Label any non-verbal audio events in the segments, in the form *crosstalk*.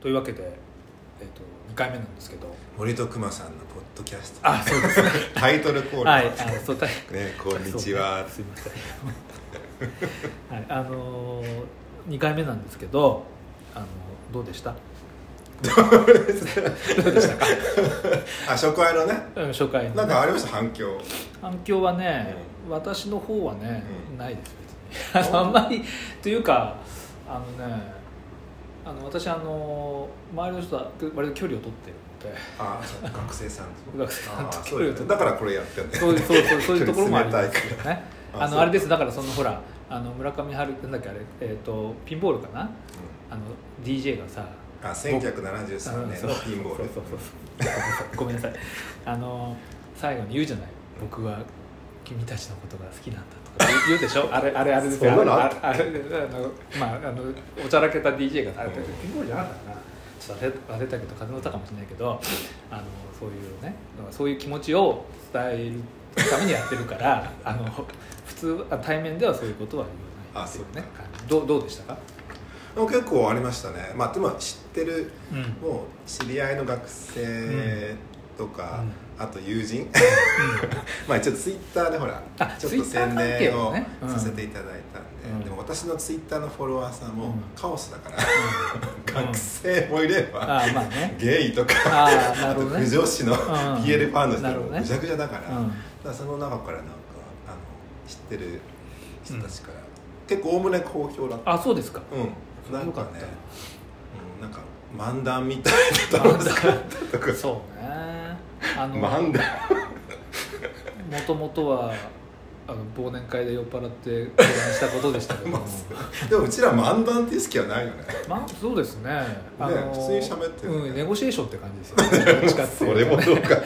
というわけで、えっと2回目なんですけど森と熊さんのポッドキャストあそう *laughs* ですねタイトルコール、はいあそうたいねこんにちはそうすいませんはいあのー、2回目なんですけどあのどうでしたどうでしたかあ初回のねうん初回のね、なんかありました反響反響はね、私の方はね、ないです別にあのあんまりというかあのねあの私あの周りの人は割と距離を取ってるのであそう学生さんと学生さんとあそうですねだからこれやってんだよそういうそう *laughs* そうそういうところもありますよねああそのうあれですだからそのほらあの村上春樹なんだっけあれ、えー、とピンボールかなあの DJ がさあ1973年のピンボールそうそうそうそうごめんなさいあの最後に言うじゃない僕は君たちのことが好きなんだとか言う言うでしょあれあれあれですよそんなのああれあれあれあのまああのおちゃらけた DJ がさあれピンボールじゃなかったかなちょっと忘れたけど風の歌かもしれないけどあのそういうねそういう気持ちを伝えるためにやってるから *laughs* あの普通あ対面ではそういうことは言わないっていうね感じどうどうでしたか、でも結構ありましたねまあでも知ってるうんもう知り合いの学生とか、あと友人 *laughs* まあちょっとツイッターでほらあちょっと Twitter 宣関係伝もをねうんさせていただいたんで、うんでも私のツイッターのフォロワーさんうもんカオスだから、うん学生もいれば、ああまあねゲイとかああなあるほどと不ね女子の PL ファンのなるほ人どもねぐちゃぐちゃだから,、うんだからその中からなんかあの知ってる人たちから、結構おおむね好評だったあそうですかうんなんよかかねっうんなんか漫談みたいたな楽しかったとかそうねあのも漫談ともとはあの忘年会で酔っ払って講演したことでしたけど *laughs* もまあでもうちら漫談って意識はないよねまあそうですねあの普通に喋ってるよねうん、ネゴシエーションって感じですよねどっちかってそいうとれもどうかと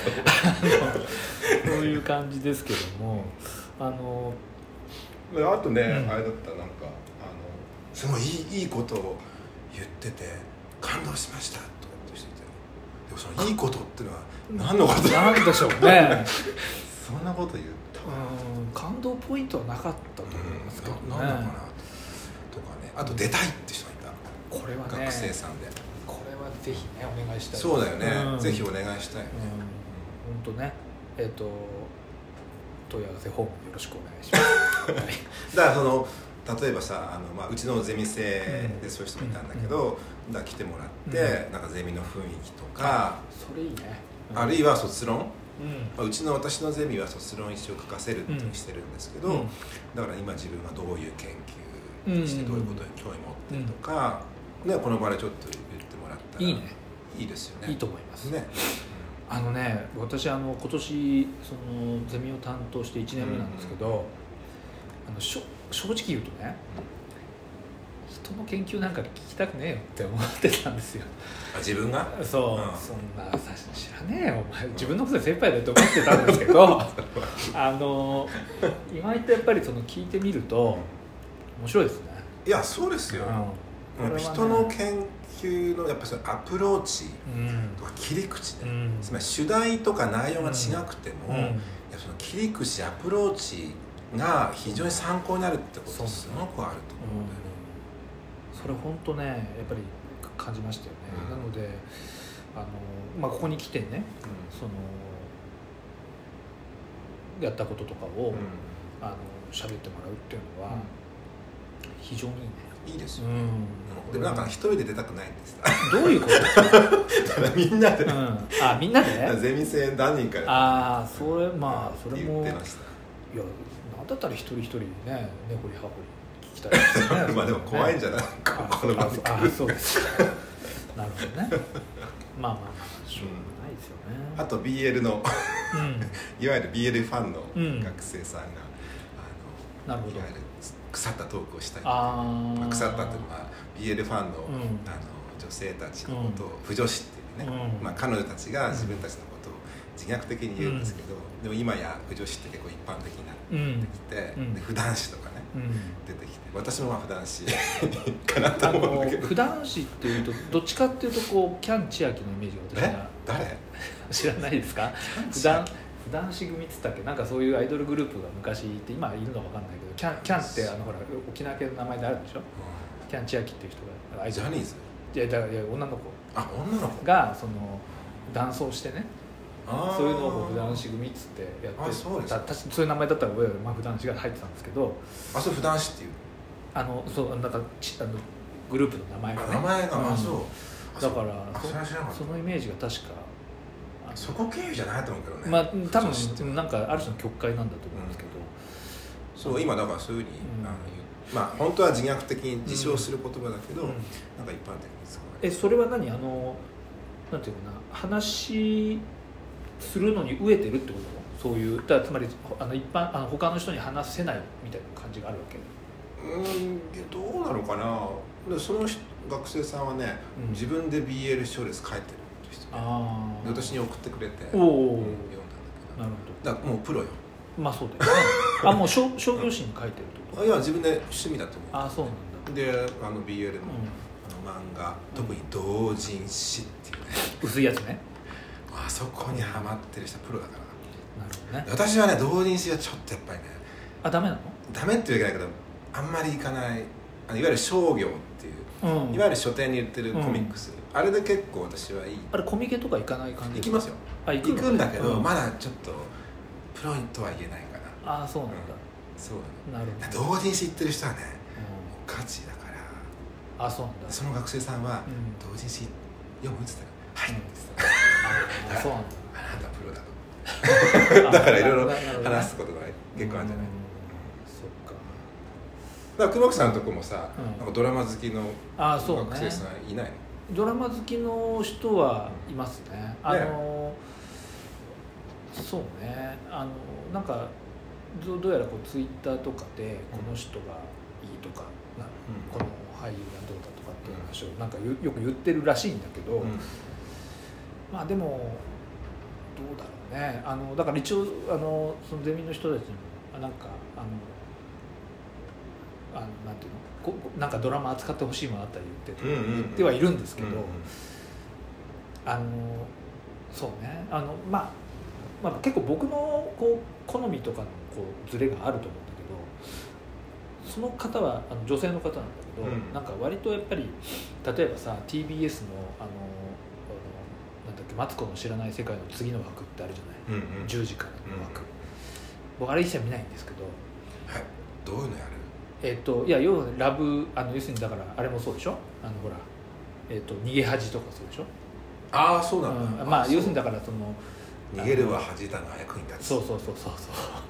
そういう感じですけどもあのあとね、 *laughs* うんあれだったなんかあのすごいいいいいことを言ってて感動しましたとかってしててでもそのいいことってのは何のことだなんでしょう *laughs* ね、そんなこと言ったうん、感動ポイントはなかったと思いますけどね、ななんだかなとかねあと出たいって人がいこれはた、ね学生さんでこれはぜひねお願いしたいそうだよね、んぜひお願いしたいよね、うん、本当ね、えっ、と問い合わせフォームよろしくお願いし *laughs* ます。はいだからその例えばさあの、まあ、うちのゼミ生でそういう人もいたんだけど、だから来てもらって、なんかゼミの雰囲気とか、それいいね。あるいは卒論、うん、まあ、うちの私のゼミは卒論一応書かせるっていうのをしてるんですけど、うんだから今自分はどういう研究してうんどういうことに興味持ってるとか、ね、この場でちょっと言ってもらったらいいね、いいですよね。いいと思います。ね、あのね、私あの今年そのゼミを担当して1年目なんですけど、あのしょ正直言うとね、人の研究なんか聞きたくねえよって思ってたんですよ。あ自分がそう、うんそんなさ知らねえよお前自分のことで精一杯だと思ってたんですけど *laughs* あの意外とやっぱりその聞いてみると面白いですね,、いやそうでうすんよ、これはね人の研究のやっぱりそのアプローチうんとか切り口ね、うんつまり主題とか内容が違くても、うんいやその切り口アプローチが非常に参考になるってことすごくあると思うんだよね、それ本当ねやっぱり感じましたよね、うんなのであの、まあ、ここに来てねそのやったこととかを、うんあの喋ってもらうっていうのは、非常にいいねいいですよ、うんでもなんか一人で出たくないんですどういうことだからみんなでうん、あみんなでゼミ生何人かでああそれまあそれもい言ってやましたなんだったら一人一人ね *laughs* 根掘り葉掘り聞きたいですねまあでも怖いんじゃない、あこの場であそうですかなるほどねまあまあまあしょうがないですよね、あと BL のいわゆる BL ファンうんの学生さんが、うんなるあのほいどわゆる腐ったトークをしたりあまああ腐ったっていうのは BL ファンの,、うんあの女性たちのことを「不女子」っていうね、うんまあ、彼女たちが自分たちのことを自虐的に言うんですけど、でも今や不女子って結構一般的になっうんて、うんで不男子とかねうん出てきて私もまあ不男子かな *laughs* とあ思うんのだけど普段子っていうとどっちかっていうとこうキャン千秋のイメージが私えは誰知らないですか普段普段子組っつったっけなんかそういうアイドルグループが昔いて今いるのか分かんないけどキャンキャンってあのほら沖縄系の名前であるでしょキャン千秋っていう人がアイジドルャニーズいやだからいや女の子あ女の子がその男装してねあーそういうのを僕男子組っつってやってあそうですたたしそういう名前だったら俺らマフ男子が入ってたんですけどあそれ普段子っていうあのそうなんかちあのグループの名前があね名前が、うんあそうだあそうからあそそれは知らなかっそのイメージが確かあのたそこ経由じゃないと思うけどねまあ多そう知ってる分なんかある種の曲解なんだと思うんですけど、そう今だからそういうふうに、うんあの言うまあ本当は自虐的に自称する言葉だけど、うんなんか一般的に使われえるそれは何あのなんていうかな話するのに飢えてるってことそういうだつまりほあの一般あの他の人に話せないみたいな感じがあるわけ、うーんどうなのかなでその人学生さんはね、うん自分で BL 小列書いてるって人でああ私に送ってくれて、おうんお、読んだんだけどなるだからもうプロよほどまあそうだよね *laughs* あもう商商業誌に書いてるってことあいや自分で趣味だと思ああそうなんだうであの BL も、うあの漫画特に同人誌っていうねん、薄いやつねあそこにハマってる人はプロだからなるほどね私はね同人誌はちょっとやっぱりねあダメなダメって言うわけだけどあんまりいかないあのいわゆる商業っていうのうんいわゆる書店に売ってるコミックス、あれで結構私はいいあれコミケとか行かない感じ行きますよあ行行くくのんだけど、うまだちょっとプロとは言えないかなああそうなんだ、そうなるだほねど、同人誌行ってる人はねうんガチだからあそうなんだその学生さんはうん同人誌読むって言ったら「はい」って言あそう *laughs* なんだあってたあなたプロだとだからいろいなるほどろね話すことが結構あるんじゃないうんそっかだから久保木さんのとこもさ、うんなんかドラマ好きのあそう学ね生さんいないのドラマ好きの人はいますねあのそうねあのなんかどどうやらこうツイッターとかでこの人がいいとかなこの俳優がどうだとかっていう話をなんかよよく言ってるらしいんだけど、うんまあでもどうだろうねあのだから一応あのそのゼミの人たちにもあなんかあのあのなんていうのここなんかドラマ扱ってほしいものあったら言って、うんうんうん言ってはいるんですけど、うんうんあのそうねあの、まあ、まあ結構僕のこう好みとかのこうズレがあると思うんだけどその方はあの女性の方なんだけど、うんなんか割とやっぱり例えばさ TBS のあのあのなんだっけ「マツコの知らない世界の次の枠」ってあるじゃない、うんうん10時からの枠、うん僕あれ一切見ないんですけどはいどういうのやるえっといや要はラブあの要するにだからあれもそうでしょあのほら、えっと逃げ恥とかそうでしょ、ああそうなんだ、うん、まあそう要するにだからその逃げるは恥だが役に立つそうそうそうそうそう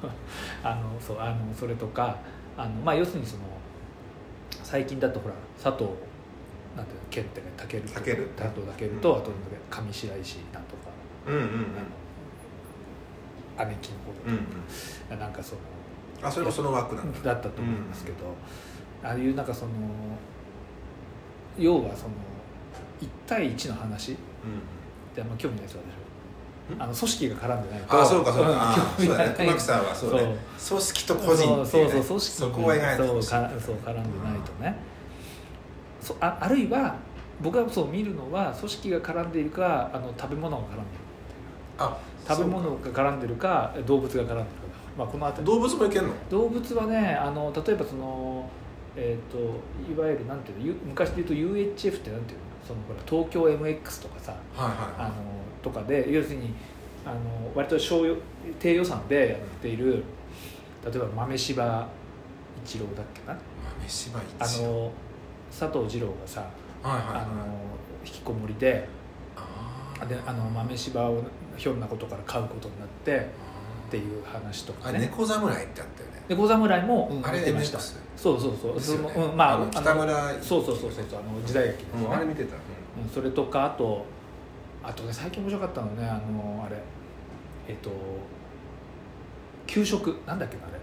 *laughs* あのそうあのそれとかあのまあ要するにその最近だとほら佐藤なんていうの健ってねたけるとタケル佐藤健と、あと上白石なんとか、うんうんうんあの姉貴の方とうかん、なんかそのあそれもその枠なんだだったと思いますけど、ああいうなんかその要はその1対1の話うんってあんま興味ないですよ私んはあの組織が絡んでないとあそうかそうかあーんそうだね興味熊ない木さんはそうね組織と個人っていそううねそうそう組織そこを描いてそうほしいかそう絡んでないとね、そうああるいは僕がそう見るのは組織が絡んでいるかあの食べ物が絡んでいるあ食べ物が絡んでるか動物が絡んでるか、まあ、このそう辺り動物もいけんの動物はねあの例えばそのえっ、といわゆるなんていうのゆ昔で言うと UHF ってなんていうのそのほら東京 MX とかさはいあはのとかで要するにあの割と小予低予算でやっている例えば豆柴一郎だっけない豆柴あ一郎の佐藤二郎がさはいはいあはのい引きこもりであーであの豆柴をひょんなことから買うことになってっていう話とあかれね猫侍ってあったよねで小侍も、うんあれ見てました MX そうそうそう、ですそよのねうんまああのあの北村そうそうそうそうそうあの時代劇ですね、うんあれ見てたうんそれとかあとあとね最近面白かったのねあのあれえっ、と給食なんだっけなあれ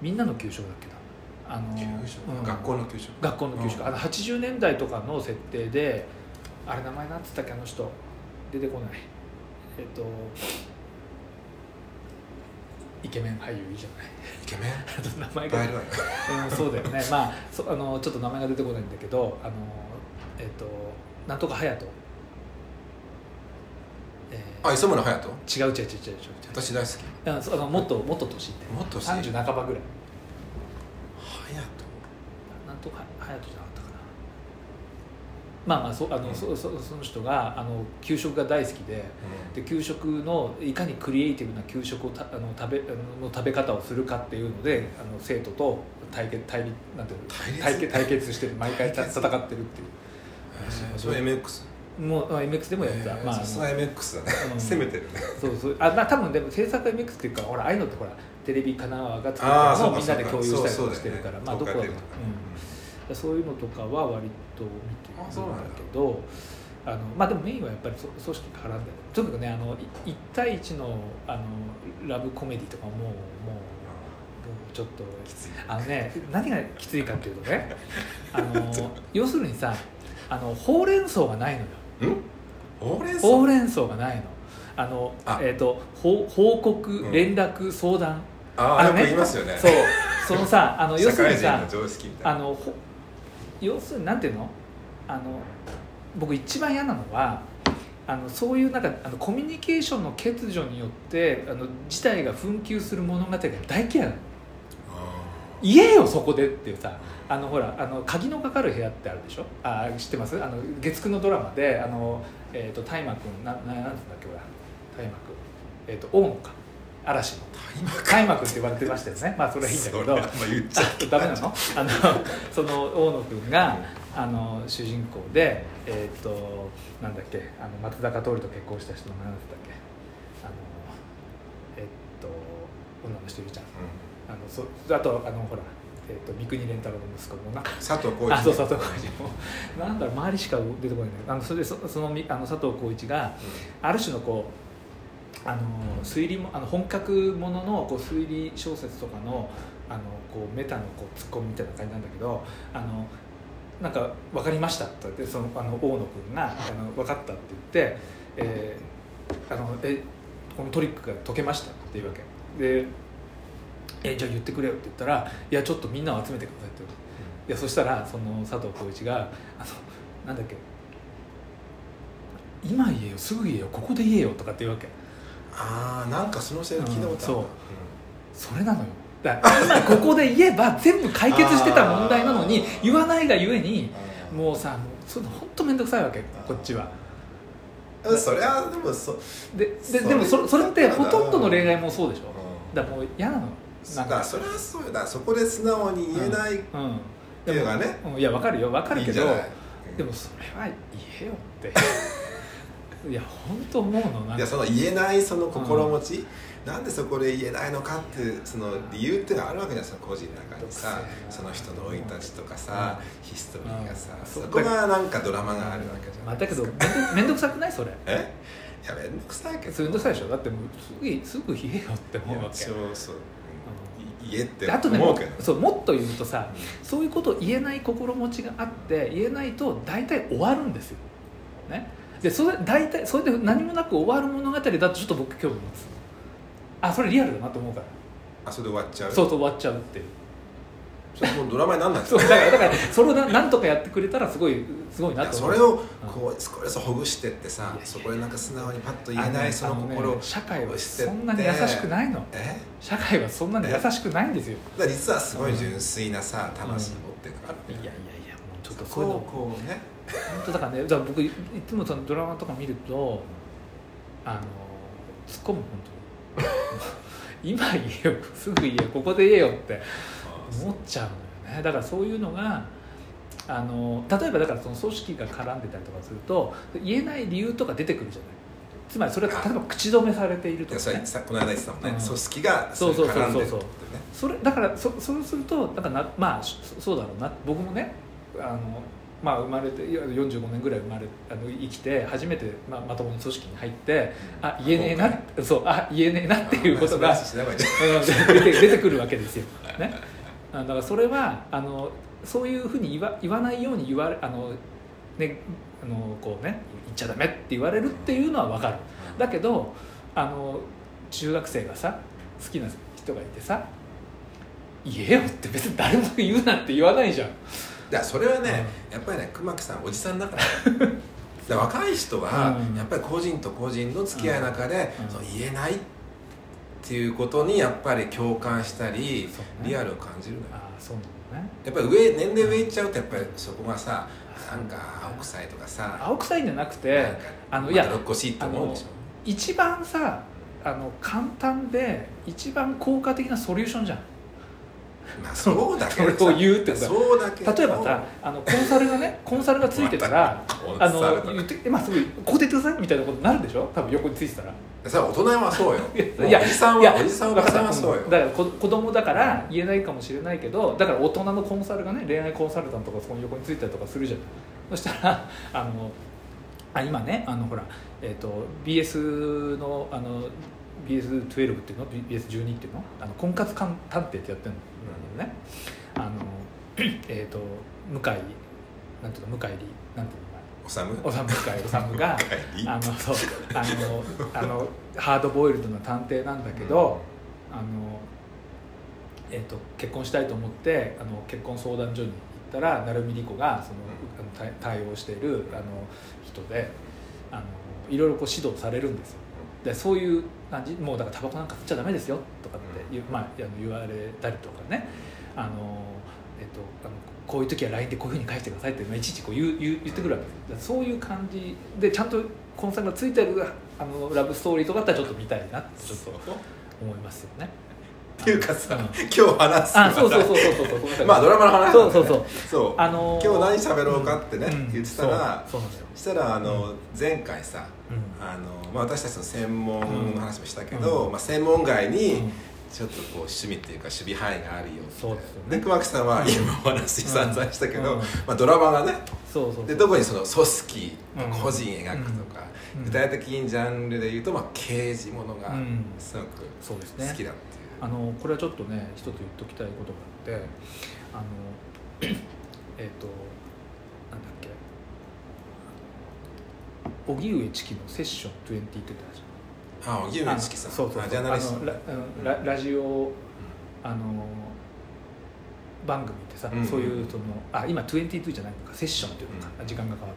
みんなの給食だっけなあの給食うん学校の給食学校の給食、うんあの80年代とかの設定であれ名前なんつったっけあの人出てこないえっ、とイケメン俳優いいじゃない *laughs* イケメンあと名前バがイルワインうん、そうだよね、まあ、そあのちょっと名前が出てこないんだけど、あのえっとなんとか隼人、えあ磯村隼人ー、違う違う違う違う違う私大好きうんそうあのもっともっと年いってもっとして30半ばぐらい隼なんとか隼人じゃなかったかなまあまあそあの、うんそそその人があの給食が大好きでで給食のいかにクリエイティブな給食をたあの食べあのの食べ方をするかっていうのであの生徒と対決対立なんていうの対立対決対決して毎回た対決戦ってるっていうんそれ MX うもうあ MX でもやった、えーまああさのすが MX だね、うん攻めてるねそうそうあまあ多分でも制作 MX っていうかほらああいうのってほらテレビ神奈川が作ああったそのうをかみんなでそうか共有したりとそうそうかしてるだよねからまあどこだろう、う東海テレビとかねん、そういうのとかは割と見てるあそうんなんだだけどあのまあでもメインはやっぱりそ組織が絡んでるとにかくねあのい一対一のあのラブコメディとかももうもうんうちょっときついあのね何がきついかっていうとねあ *laughs* の要するにさあのほうれん草がないのよんほうれん草ほうれん草がないのあのあえっ、と報報告うん連絡、相談ああのよく言いますよねそうそのさあの要社する会に人さの常識みたあいなのほ要するになんていうのあの僕一番嫌なのはあのそういうなんかあのコミュニケーションの欠如によってあの事態が紛糾する物語が大嫌いなのあ言えよそこでっていうさあのほらあの鍵のかかる部屋ってあるでしょあー知ってますあの月9のドラマであの、えー、と大麻君なななんつうんだっけほら大麻君えっ、と大野か嵐のー大麻大麻君って言われてましたよねまあそれはいいんだけそどれあんま言っちゃうダメなのあのその大野君があの主人公でえっ、となんだっけあの松坂桃李と結婚した人の名前なんだったっけあのえっ、と女の人いるじゃんうあのそあとあのほら、えっと三国連太郎の息子もなんかん佐藤浩市あそう佐藤浩市もなんだろう周りしか出てこないんだけどあのそれでそそのみあの佐藤浩市がある種のこうあの推理もあの本格もののこう推理小説とかのあのこうメタのこうツッコミみたいな感じなんだけどあのなんか「分かりました」って言ってそのあの大野君があの「分かった」って言って「えーあのえこのトリックが解けました」っていうわけで「えじゃあ言ってくれよ」って言ったら「いやちょっとみんなを集めてください」って言われていやそしたらその佐藤浩市があのなんだっけ今言えよすぐ言えよここで言えよとかって言うわけああなんかそのせい聞いたことあるうんそうそれなのよだから今ここで言えば全部解決してた問題なのにあー言わないがゆえにうんもうさもうそれ本当面倒くさいわけこっちはうんそれはでもそうでそでれでもそそれってほとんどの恋愛もそうでしょうんだからもう嫌なのそなうんだかそれはそうよだからそこで素直に言えないっうんていうのがねでもうんいやわかるよわかるいいけんじゃどないうんでもそれは言えよって *laughs* いや本当思うのなんいやかその言えないその心持ち、なんでそこで言えないのかっていうその理由っていうのがあるわけじゃんその個人の中にさうんその人の生い立ちとかさ、ヒストリーがさ、うんそこがなんかドラマがあるわけじゃまなあ、いだでけすどか、めんどめんどくさくないそれえいやめんどくさいけどそれめんどくさいでしょだってもうすぐすぐ冷えよって思うわいやそうそう、うん、い言えってけあとね思うけど、そうもっと言うとさそういうことを言えない心持ちがあって言えないと大体終わるんですよ、ね、でそれ大体それで何もなく終わる物語だとちょっと僕興味持つあそれリアルだなと思うかあそれで終わっちゃらうそうそう終わっちゃうっていうそれもうドラマになんないですそうよだからだからそれをななんとかやってくれたらすごいすごいいなやとそ思うれをこう少しずつほぐしてってさ、いやそこでなんか素直にパッと言あえのなねいそのあね心を、社会は押してってそんなに優しくないのえ社会はそんなに優しくないんですよだから実はすごい純粋なさ魂持ってるから、いやいやいやもうちょっとそういうこのうこうね本当だからねだから僕いつもそのドラマとか見るとあの突っ込む本当に *laughs* 今言えよすぐ言えよここで言えよって思っちゃうのよねだからそういうのがあの例えばだからその組織が絡んでたりとかすると言えない理由とか出てくるじゃないつまりそれは例えば口止めされているいとやか、そねれ、さこの間言ってたもんね、うん組織がそうそうそうそうれに絡んでるってねそれだからそそうするとなんかなまあそそうだろうな僕もねあの、まあ、生まれていや45年ぐらい生まれあの生きて初めて、まあ、まともに組織に入ってあ言えねえなってそうあ言えねえなっていうことがあそんな話しない方がいいんじゃうん出て出てくるわけですよ、ね、あのだからそれはあのそういうふうに言わ言わないように言われあの、ねあのこうね、言っちゃダメって言われるっていうのは分かるないだけどあの中学生がさ好きな人がいてさ言えよって別に誰も言うなって言わないじゃんだからそれはね、やっぱりね熊木さんおじさ *laughs* んだからだから若い人は、うんやっぱり個人と個人の付き合いの中で、うんそう言えないっていうことにやっぱり共感したり、そうねリアルを感じるのよああそうなのねやっぱり上年齢上いっちゃうとやっぱりそこがさなんか青臭いとかさ青臭いんじゃなくなてんかあのまいやたろっこしいって思うんでしょ一番さあの簡単で一番効果的なソリューションじゃんまあそうだけどさそれを言うってことそうだけど例えばさあのコンサルが *laughs* ねコンサルがついてたらああのの言ってえまあすごいこうで言ってくださいみたいなことになるでしょ多分横についてたらさ大人はそうよ *laughs* いやおじさんいやはおじさんおばさんはそうよだからこ子供だから言えないかもしれないけどだから大人のコンサルがね恋愛コンサルタントがそこに横についたりとかするじゃんそしたらあのあ今ねあのほら、えー、と BS のあの BS12 っていうの BS12 っていうのあの婚活探偵ってやってるんだよね、あのえっ、と向井なんていうの向井理なんていうのおさむおさむ向井おさむが帰りあのそうあのあのハードボイルドな探偵なんだけど、あのえっと結婚したいと思ってあの結婚相談所に行ったら成海莉子がそのあの対対応しているあの人であのいろいろこう指導されるんですよでそういう感じもうだからタバコなんか吸っちゃダメですよとかって言,、うまあ、あの言われたりとかねあの、えっと、あのこういう時は LINE でこういうふうに返してくださいって、まあ、いちいちこう言う言う言ってくるわけですよだからそういう感じでちゃんとコンサルがついてるあのラブストーリーとかだったらちょっと見たいなってちょっと思いますよね。 *laughs* っていうかさん今日話すのはあそうそうそうそうそうそうごめんなさいまあドラマの話なんだよねそうそうそうあのー今日何喋ろうかってねうん言ってたらそうそうなんですよしたらあの前回さうんあのまあ私たちの専門の話もしたけどまあ専門外うにんちょっとこう趣味っていうか守備範囲があるよってそうですよでね熊木さんは今お話し散々したけうどんまあドラマがねそうそうで特にその組織うん個人描くとかうん具体的にジャンルで言うとまあ刑事ものがうんすごくそうですね好きだっていうあのこれはちょっとね一つ言っときたいことがあってあの *clears throat* えっ、となんだっけ荻上チキの「セッション20」って言ってたじあ荻ゃん上チキさんあのそうそうあそうジャーナリストあのラうんララジオあの番組ってさ、うんそういうそのあ今22じゃないのかセッションっていうのか、時間が変わっ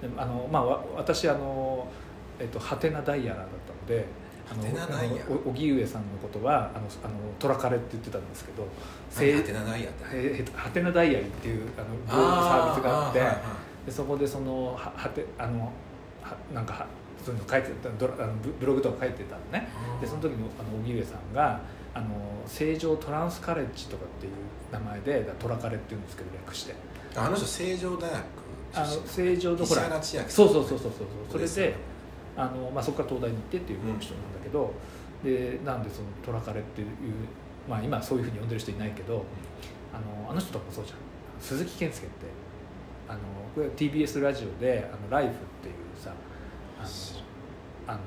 てであの、まあ、わ私あの、えっと、ハテナダイヤラーだったのであのハテナダイヤラーあのお荻上さんのことはあのあのトラカレって言ってたんですけどせせいてなないやったええっとハテナダイヤリーっていうあのブログのサービスがあってでそこでそのははてあのはなんかはそういうの書いてたドラあのブブログとか書いてたのねでその時のあの荻上さんがあの成城トランスカレッジとかっていう名前でだからトラカレっていうんですけど略してあの人成城大学あの成城のほ石ら原千秋そうそうそうそうそうそれですよねであの、まあ、そこから東大に行ってっていう人なんだけど、でなんでそのトラカレっていうまあ今そういうふうに呼んでる人いないけどあのあの人とかもそうじゃん鈴木健介ってあのこれ TBS ラジオで「あのライフっていうさあのあの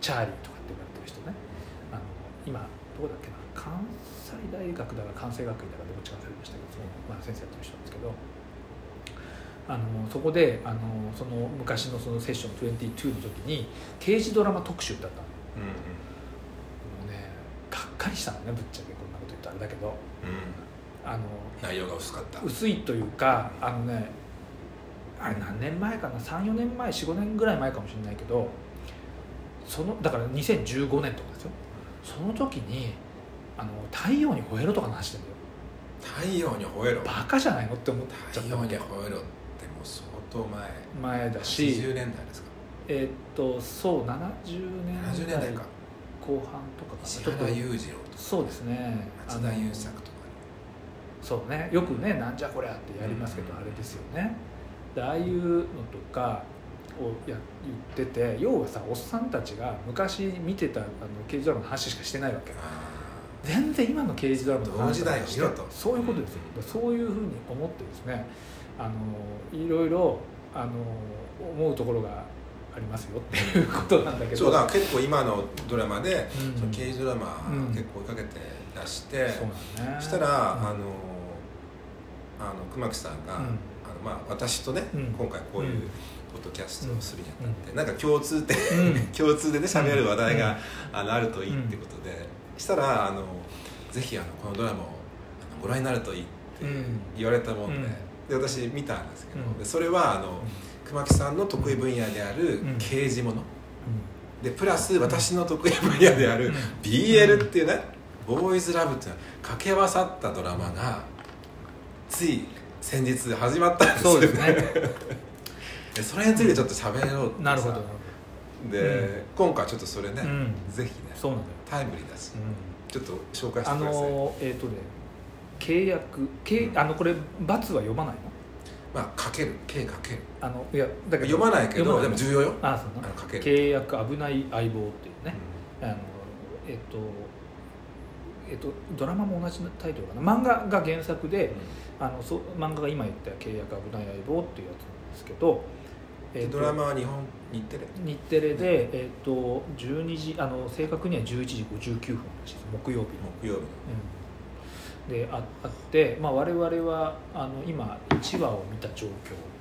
チャーリーとかって呼ばれてる人ねあの今どこだっけな関西大学だか関西学院だかどっちか忘れましたけどその、まあ、先生やってる人なんですけどあのそこであのその昔のそのセッション22の時に刑事ドラマ特集だったのもうんうんうねがっかりしたのねぶっちゃけこんなこと言ったらあれだけどうんあの内容が薄かった薄いというかあのねあれ何年前かな34年前45年ぐらい前かもしれないけどそのだから2015年とかですよその時にあの「太陽に吠えろ」とかの話してんだよ太陽に吠えろバカじゃないのって思っちゃった太陽わにけ吠えろってもう相当前前だし80年代ですかえーっとそう70 70年年代代か後半とかかな石ちょっと原裕次郎とかそうですね松田優ん作とかそうねよくねなんじゃこりゃってやりますけど、うんあれですよねでああいうのとかをや言ってて要はさおっさんたちが昔見てたあの刑事ドラマの話しかしてないわけあ全然今の刑事ドラマの話同時代を見ろとそういうことですよそういうふうに思ってですねあのいろいろあの思うところがありますよっていうことなんだけーどそうだから結構今のドラマでうんその刑事ドラマうん結構追いかけて出してそうなんだねそしたら、うんあのあの熊木さんが、うんあのまあ、私とね、うん今回こういううんポッドキャストをするにあたって、なんか共通点、 *laughs* うん共通でね喋る話題が、あのあるといいってことで、そしたらあのぜひあのこのドラマをあのご覧になるといいってうん言われたもんで,、うんで私見たんですけど、うんでそれはあの熊木さんの得意分野であるうん刑事もの、でプラス私の得意分野であうるん BL っていうね、ボーイズラブっていうのは掛け合わさったドラマがつい先日始まったんですよそうですねでそれについてちょっと喋ろうってさなるほどなるで、うん今回ちょっとそれね、うんぜひねほどそうなんだよ、タイムリーだし、うちょっと紹介しん、あてください、のえっ、とね契約契、うんあのこれ罰は読まないのまあかける計かけるあのいやだから読まないけどでも重要よあそうあなのかける、契約危ない相棒っていうね、うあのえっとえっと、ドラマも同じタイトルかな漫画が原作でんあのそう漫画が今言った「契約危ない相棒」っていうやつなんですけど、えっとドラマは日本日テレ日テレで、えっと12時あの正確には11時59分らしいです木曜日の、木曜日うんでああって、まあ、我々はあの今1話を見た状況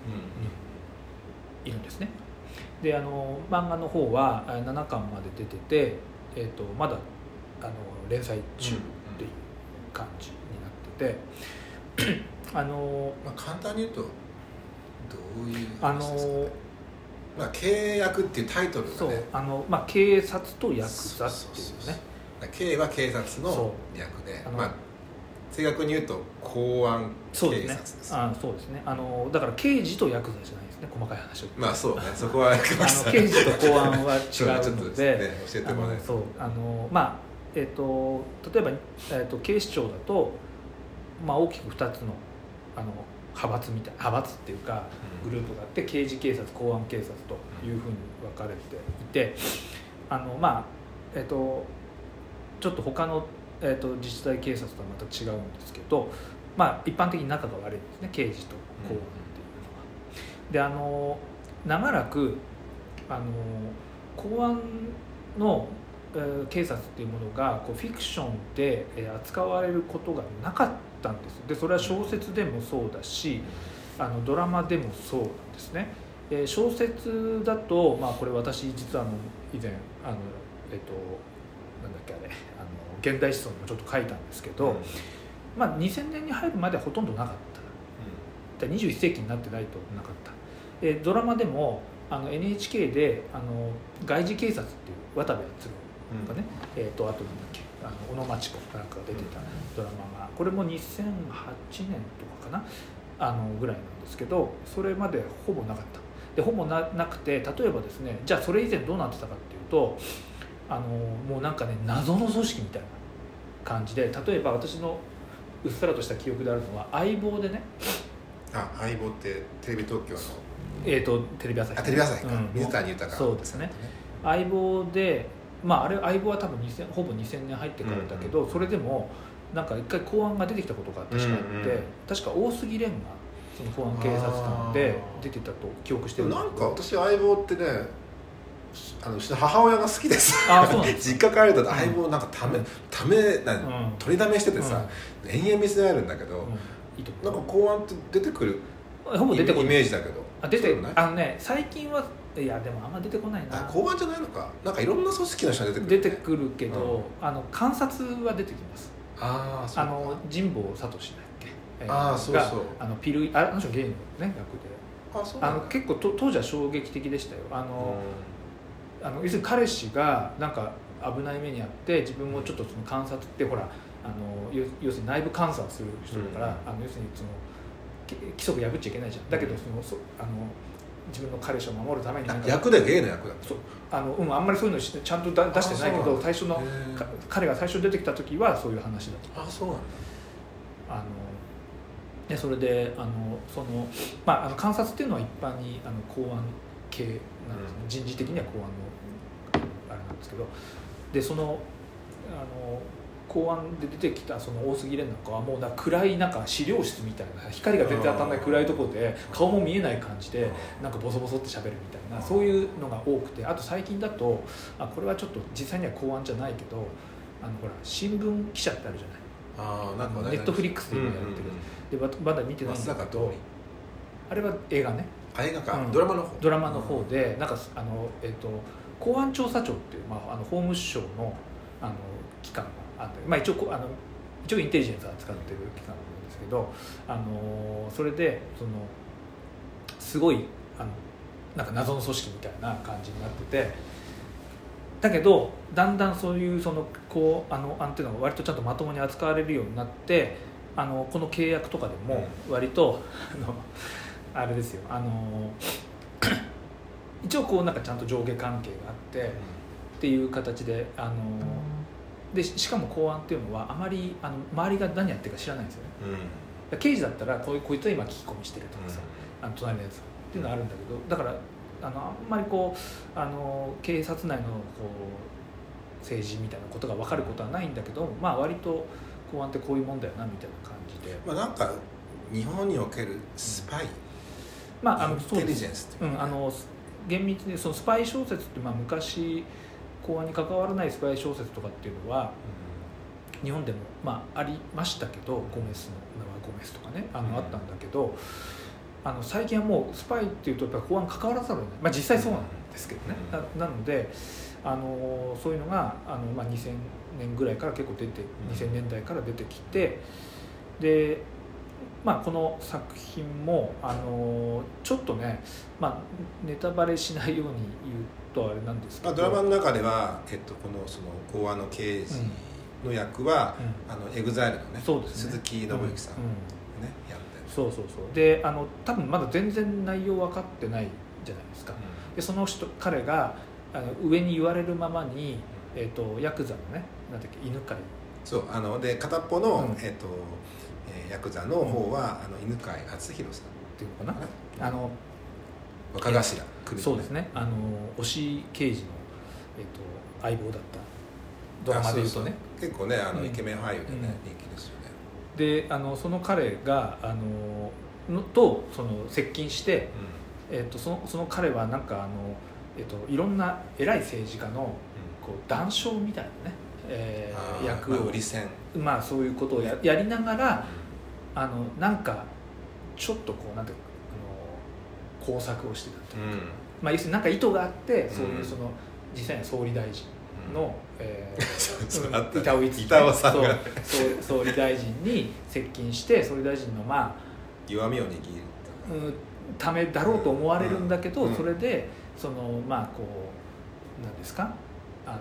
にいるんですねであの漫画の方はあ7巻まで出てて、えっとまだあの連載中っていう感じになってて、あのまあ、簡単に言うとどういうあ話ですかねのまあ、契約っていうタイトルがねそうあの、まあ、警察とヤクザってそいうそうそうねだから刑は警察のそ役であのまあ正確に言うと公安警そう察でですねすあそうですねあのだから刑事とヤクザじゃないですね細かい話をまあそうねそこはああの刑事と公安は違そうねちょうっとのですねで教えてあもらえのるそうあのまあえっ、と例えば、えっと警視庁だと、まあ、大きく2つのあの派閥みたい派閥っていうかグループがあって刑事警察公安警察というふうに分かれていてあのまあえっ、とちょっと他の、えっと自治体警察とはまた違うんですけど、まあ、一般的に仲が悪いんですね刑事と公安っていうのは。であの長らくあの公安の、えー警察っていうものがこうフィクションで、えー扱われることがなかったんですでそれは小説でもそうだしあのドラマでもそうなんですね、えー小説だと、まあ、これ私実はあの以前あのえっ、となんだっけあれあの現代思想にもちょっと書いたんですけど、うんうんまあ、2000年に入るまではほとんどなかっただから21世紀になってないとなかった、えードラマでもあの NHK であの外事警察っていう渡部篤郎とかね、えー、とあとなんだっけあの小野真知子かなんかが出てたドラマがこれも2008年とかかなあのぐらいなんですけどそれまでほぼなかったでほぼななくて例えばですねじゃあそれ以前どうなってたかっていうとあのもうなんかね謎の組織みたいな感じで例えば私のうっすらとした記憶であるのは相棒でねあ相棒ってテレビ東京のえー、とテレビ朝日あテレビ朝日か、うん水谷豊そうですね相棒でまああれ相棒は多分2000ほぼ2000年入ってからだけど、それでもなんか一回公安が出てきたことが確かあって、うんうん確か大杉蓮がその公安警察官で出てたと記憶してでるもんですなんけかど私相棒ってねあのうちの母親が好きですあそうなんで実家帰ると相棒なんかため、ためなうんん取りだめしててさ、延々見せられるんだけど、うんいいとなこんか公安って出てくるほぼ出てこイないメージだけどあ出てそうでもないあのね最近はいやでもあんま出てこないあな公安じゃないのかなんかいろんな組織の人が出てくる出てくるけど、あの観察は出てきますああそうあかの神保聡だっけえーあーそうがそうあのピルああの人ゲームのね役であそうあなんのだ結構と当時は衝撃的でしたよあの、あの要するに彼氏がなんか危ない目にあって自分もちょっとその観察ってほらあの要要するに内部監査をする人だから、うあの要するにそのき規則破っちゃいけないじゃんだけどそのそあの自分の彼氏を守るためになんあか役で芸の役だったそうあの、うん、あんまりそういうのしちゃんとだ出してないけあそうなどんだ最初のへーか彼が最初出てきた時はそういう話だと。あそうなんだあのでそれであのその、まあ、あの観察っていうのは一般にあの公安系なんですね、人事的には公安のあれなんですけどでそのあの公安で出てきたその大杉蓮なんかはもうな暗いなんか資料室みたいな光が全然当たらない暗いところで顔も見えない感じでなんかボソボソって喋るみたいなそういうのが多くてあと最近だとあこれはちょっと実際には公安じゃないけどあのほら新聞記者ってあるじゃないああなんかネットフリックスでで今ややっっててるるでままだ見てないん松だ坂け桃ど李あれは映画ねあ映画か、うんドラマの方ドラマの方で、なんかあの、えっと公安調査庁っていう、まあ、あの法務省のあの機関があって、まあ、一応こうあの一応インテリジェンスを扱ってる機関なんですけどあのそれでそのすごいあのなんか謎の組織みたいな感じになっててだけどだんだんそういうそのこうあの案っていうのが割とちゃんとまともに扱われるようになってあのこの契約とかでも割と、あのあれですよあの *coughs* 一応こうなんかちゃんと上下関係があって、っていう形であのでししかも公安っていうのはあまりあの周りが何やってるか知らないんですよねうんうんだから刑事だったらこういうこいつは今聞き込みしてるとかさ、あの隣のやつっていうのはあるんだけどだからあのあんまりこうあの警察内のこう政治みたいなことが分かることはないんだけど、まあ、割と公安ってこういうもんだよなみたいな感じで、まあなんか日本におけるスパイ、まあ、あのインそうテでリすジェンスってういう、ん、あの厳密にそのスパイ小説って、まあ、昔公安に関わらないスパイ小説とかっていうのは日本でも、まあ、ありましたけどゴメスの名はゴメスとかねあの、うんあったんだけどあの最近はもうスパイっていうとやっぱ公安関わらざるを得ない、まあ、実際そうなんですけどね、うんななのであのそういうのがあの、まあ、2000年ぐらいから結構出てうん2000年代から出てきてで、まあ、この作品もあのちょっとね、まあ、ネタバレしないように言うとあれなんですけまあ、ど。ドラマの中では、えっと、このその公安の刑事の役は、うんあのエグザイルのねそうですね鈴木信之さんうがんね、うんやってそうそうそうであの多分まだ全然内容分かってないじゃないですかでその人彼があの上に言われるままに、えー、とヤクザのねなんだっけ犬飼いそうあので片っぽの、うんえっとえーヤクザの方は、あの犬飼敦弘さっていうのかんかななあの若頭首そうですねあの押井刑事の、えー、と相棒だったドラマでいうとねあそうそう結構ねあの、うんイケメン俳優でね、うん人気ですよね、であのその彼があののとその接近して、えー、とそのその彼はなんかあの、えー、といろんな偉い政治家のこう談笑みたいなね、えーあー役まあ、を売り線まあ、そういうことをややりながらあのなんかちょっとこうなんていうかあの工作をしてたとうんまあ、要するになんか意図があってそういううんその、実際の総理大臣うんの、えー *laughs* そうそうあった板尾一板尾さんがそうそう総理大臣に接近して総理大臣のまあ弱みを握るうんためだろうと思われるんだけど、うんそれでそのまあこうなんですかあの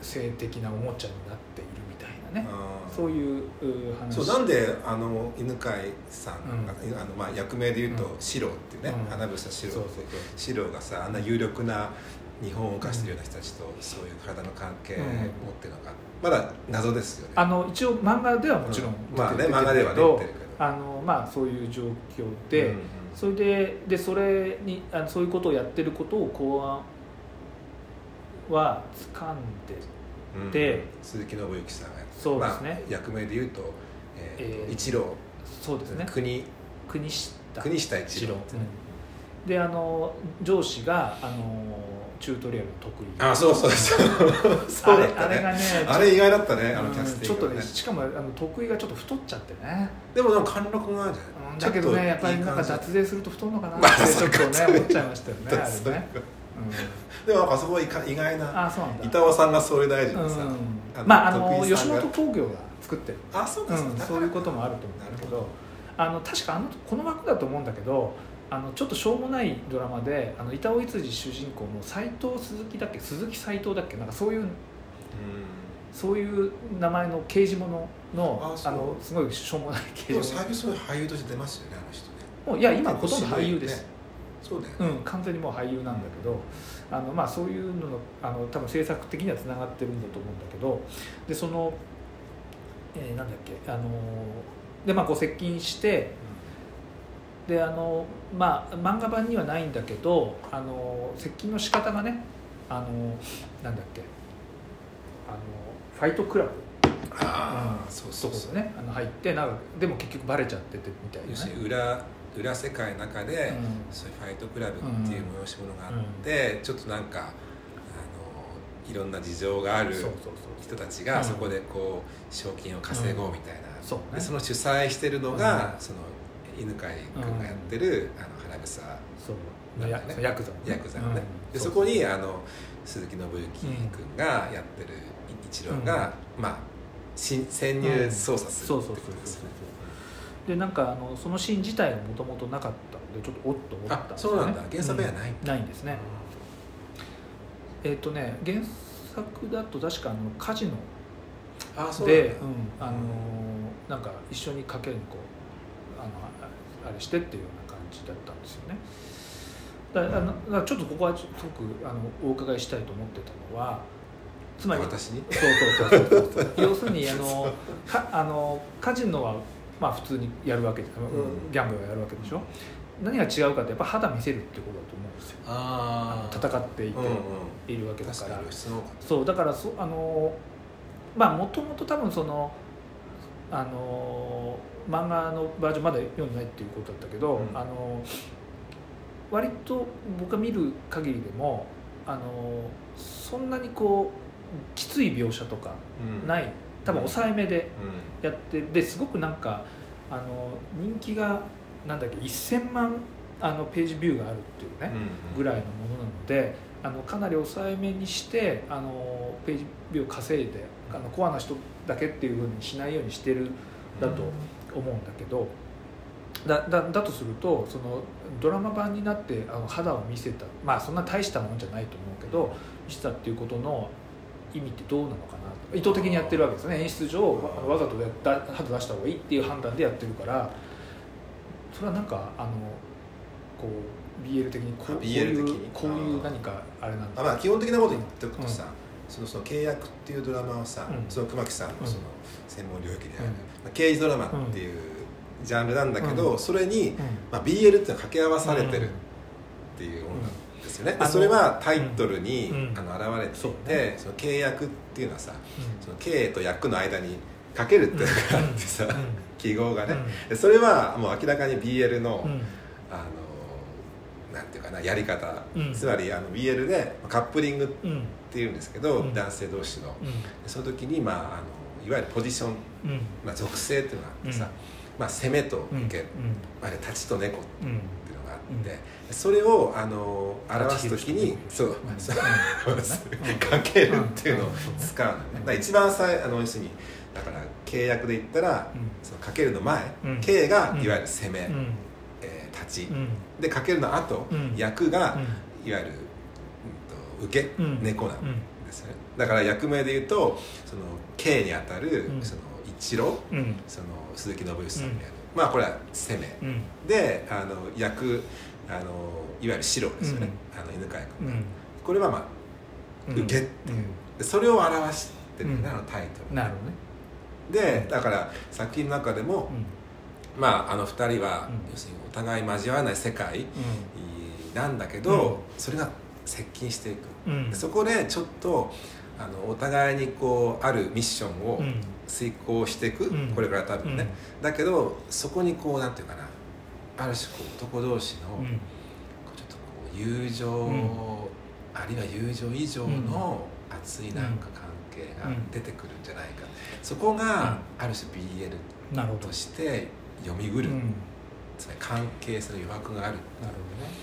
性的なおもちゃになっているみたいなね、あーそういうう話そうなんであの犬飼さんが、うあのまあ、役名で言うとう四郎っていうねうん花房四郎そうそう四郎がさあんな有力な日本を犯してるような人たちとそういう体の関係をうん持ってるのがまだ謎ですよねあの一応漫画ではもちろんうんまあね出て漫画るでけはねど出てるけどあのまあそういう状況で、うんうんそれででそれにあのそういうことをやってることを公安は掴んでうんで鈴木信之さんがやってそうですねまあ、役名で言うと,、えーとえー一郎そうですね国国下国下一一郎、郎うんであの上司があのチュートリアルの得意あそうそうそう *laughs* そうだったあれあれねがねあれ意外だったねあうのんキャステちィょンっグとがねしかもあの得意がちょっと太っちゃってねでもなんか貫禄があるじゃない、うんちょだっとけどねやっぱりいいなん感かじ脱税すると太るのかなっまあてちょっとそねうか思っちゃいましたよねあそうれね、でもなんかそこはいか意外うんなあそうなんだ板尾さんが総理大臣うでさ、んあのまああの徳井さ吉んが本興業が作ってるあそうかそううんかそういうこともあると思うんだけどあの確かあのこの枠だと思うんだけどあのちょっとしょうもないドラマであの板尾一次主人公の斎藤鈴木だっけ鈴木斎藤だっけなんかそういううんそういう名前の刑事もののああそうのすごいしょうもない刑でも事最近そういう俳優として出ますよねあの人ねものいや今ほとんど俳優です、ねそうだようね、ん、完全にもう俳優なんだけど、あのまあ、そういうののあの多分制作的にはつながってるんだと思うんだけどでその、えーなんだっけあのーでまあこう接近してであのまあ漫画版にはないんだけどあの接近の仕方がねあのなんだっけあのファイトクラブああ、うんそうとそうこそう、ろねあの入ってなんかでも結局バレちゃっててみたいな、ね、要するに裏裏世界の中で、うんそういうファイトクラブっていう催し物があって、ちょっとなんかあのいろんな事情があるそうそうそう人たちうがんそこでこう賞金を稼ごうみたいな、そうねでその主催してるのが、うんその犬飼君がやってる、あの花房そうなやんかねヤクザのねヤクザのね、うんうでそうこにあの鈴木信之君がやってる一郎が、まあ新潜入捜査すそうるってそうそうことですそうよねでなんかあのそのシーン自体がもともとなかったのでちょっとおっと思ったんあですそようねなんだ原作はない、うんないんですねえっ、とね原作だと確かあのカジノあそうなんだで、うんあのーなんか一緒に家計にこうあのああれしてっていうような感じだったんですよねだあのだからちょっとここはちょっとすごくあのお伺いしたいと思ってたのはつまり私にそうそうそうそう *laughs* 要するにあのかあのカジノはまあ普通にやるわけで、うんギャンブルはやるわけでしょ何が違うかってやっぱ肌見せるってことだと思うんですよあー戦っていて、うんうんいるわけだ確かからに露出の多かっそうだからそあのまあもともと多分そのあの漫画のバージョンまだ読んでないっていうことだったけど、うんあの割と僕が見る限りでもあのそんなにこうきつい描写とかたうんない多分抑えめでうやってですごくなんかあの人気がなんだっけ1000万あのページビューがあるっていうね、んぐらいのものなのであのかなり抑えめにしてあのページビューを稼いであのコアな人だけっていうふうにしないようにしてるだと思うんだけどだだだとするとそのドラマ版になってあの肌を見せたまあそんな大したもんじゃないと思うけど見せたっていうことの意味ってどうなのかなと意図的にやってるわけですね演出上わわざとやだ肌出した方がいいっていう判断でやってるからそれはなんかあのこう BL 的にこうあこうい BL 的うにこういう何かあれなんあだまあ基本的なこと言っておくとさ、そのその契約っていうドラマをさ、うんその熊木さんのうんその専門領域であうる、んまあ刑事ドラマっていうジャンルなんだけど、うそれに、うんまあ、BL っていうのは掛け合わされてるっていうものなんですよね、んでそれはタイトルに、うんあの現れていそうて、ねその契約っていうのはさうんその刑と役の間にかけるっていうのがあってさ、うん記号がね、うんでそれはもう明らかに BL の、うんあのなんていうかなやり方、うんつまりあの BL でカップリングっうんうんっていうんですけど、うん男性同士のその時に、まあ、あのいわゆるポジション、うんうんまあ、属性っていうのがあってさ、うんまあ、攻めとうん受け、あれ立ちと猫っうんうんていうのがあっうて、んそれをあの表す時にそう、そううんうんかけるっていうのをうん使うのね、うんだから一番最あの要するにだから契約で言ったら、うんそのかけるの前、うん刑がうんいわゆる攻め、うんえー立ち、うんでかけるの後、うん役が、うんいわゆる、うんと、受け、うん猫なんうんですよねだから役名で言うとその K にあたる、うんその一郎うんその鈴木信義さんみたいな、まあこれは攻めうんであの役あのいわゆる白ですよね、あの犬飼う君、んこれはまあうん受けっていうでそれを表してるんだよね、あのタイトうんなるほどねルでだから作品の中でも、まああの二人は、うん要するにお互い交わらない世界うなんだけど、うんそれが接近していくんうんでそこでちょっとあのお互いにこうあるミッションをうん遂行していく、うんこれから多分ね、だけどそこにこうなんていうかなある種こう男同士の、うんうんちょっとこう友情、んあるいは友情以上の熱いなんか関係がうん出てくるんじゃないか、そこがある種 BL なるほどとして読みぐうる、んつまり関係性の余白があるなる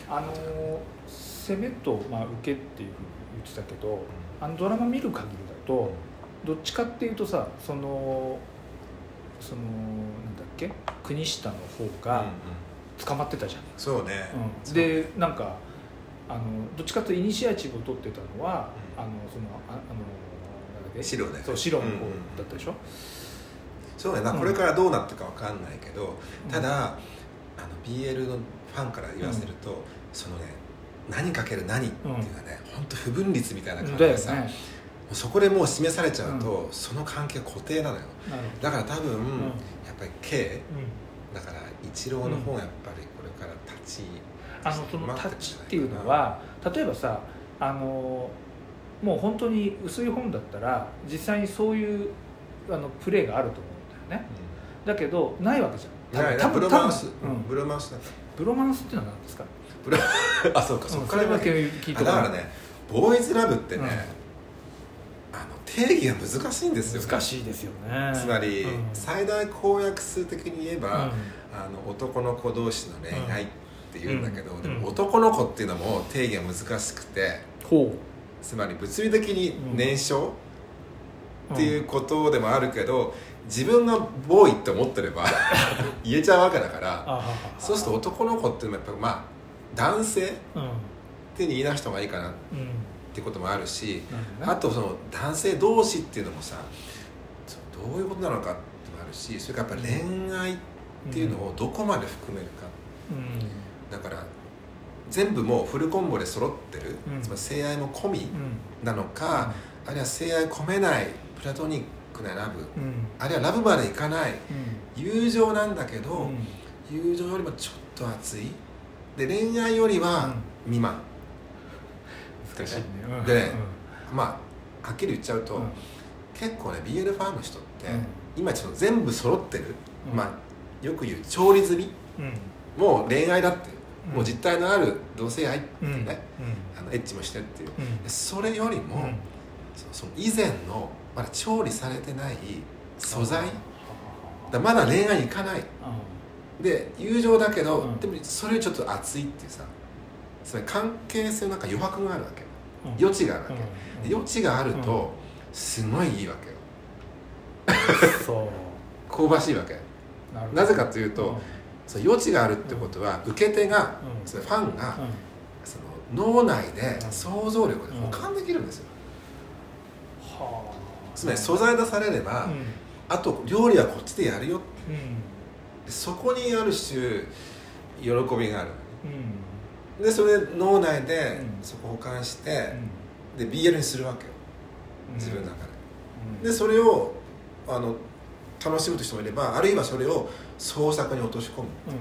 ほどねあのー攻めとまあ受けっていうふうに言ってたけどあのドラマ見る限りだとどっちかっていうとさそのそのなんだっけ国下の方うんうがん捕まってたじゃんそうね、うん、でなんかあのどっちかというとイニシアチブを取ってたのは、うんあのそのああのなんだっけ白ねそう白の方うんうんだったでしょ、そうね、まあうんこれからどうなってかわかんないけど、うんただあの BL のファンから言わせると、そのね何かける何っていうのはね、本当不分率みたいな感じだよでねさ、そこでもう示されちゃうと、その関係固定なのよなるだから多分、ほど、うんやっぱり K うんだから一郎の方がやっぱりこれから立ち、あのその待タっッてるんじチゃないかなっていうのは例えばさあのもう本当に薄い本だったら実際にそういうあのプレーがあると思うんだよねだけどないわけじうんゃんだから多ブ分ロ多マ分ンス、ううんんブロマンスだかブロマンスっていうのは何ですからあそうかそううんかそれらだだけけ聞いあとだかからねボーイズラブってね、うんあの定義が難しいんですよね難しいですよねつまり、うん最大公約数的に言えば、うんあの男の子同士の恋愛っていうんだけど、うんでうんも男の子っていうのも定義が難しくてほつまり物理的に燃焼うっていうことでもあるけど、自分がボーイって思ってれ *laughs* ば言えちゃうわけだからそうすると男の子っていうのもやっぱまあ男性っとうんうんて言い出した方がいいかなうっんてこともあるしなるほどあねとその男性同士っていうのもさそのどういうことなのかってもあるしそれからやっぱ恋愛っていうのをどこまで含めるか、うだから全部もうフルコンボで揃ってる、うんつまり性愛も込みんうんなのか、あるいは性愛込めないプラトニックなラブうんあるいはラブまでいかないうん友情なんだけど、友情よりもちょっと熱いで恋愛よりは未満、難しいねうんでねまあはっきり言っちゃうと、うん結構ね BL ファンの人って、うん今ちょっと全部揃ってる、うんまあよく言う調理済みうんうんもう恋愛だって、うんもう実体のある同性愛ってういうんね、あのエッチもしてっていううんでそれよりも、うんそその以前のまだ調理されてない素材うんだまだ恋愛いかないで友情だけど、うんでもそれよりちょっと熱いっていうさつまり関係性のなんか余白があるわけうん余地があるわけ、うんで余地があると、すごいいいわけよそう香ばしいわけなるほど *laughs* なぜかというと、うんその余地があるってことは、受け手が、うんそのファンが、うんその脳内でうん想像力でうん保管できるんですよ、はあつまり素材出されれば、うんあと料理はこっちでやるようんでそこにある種喜びがあるうんでそれで脳内でうんそこ保管してう、んで BL にするわけようん自分の中で、うんでそれをあの楽しむという人もいればあるいはそれを創作に落とし込むうん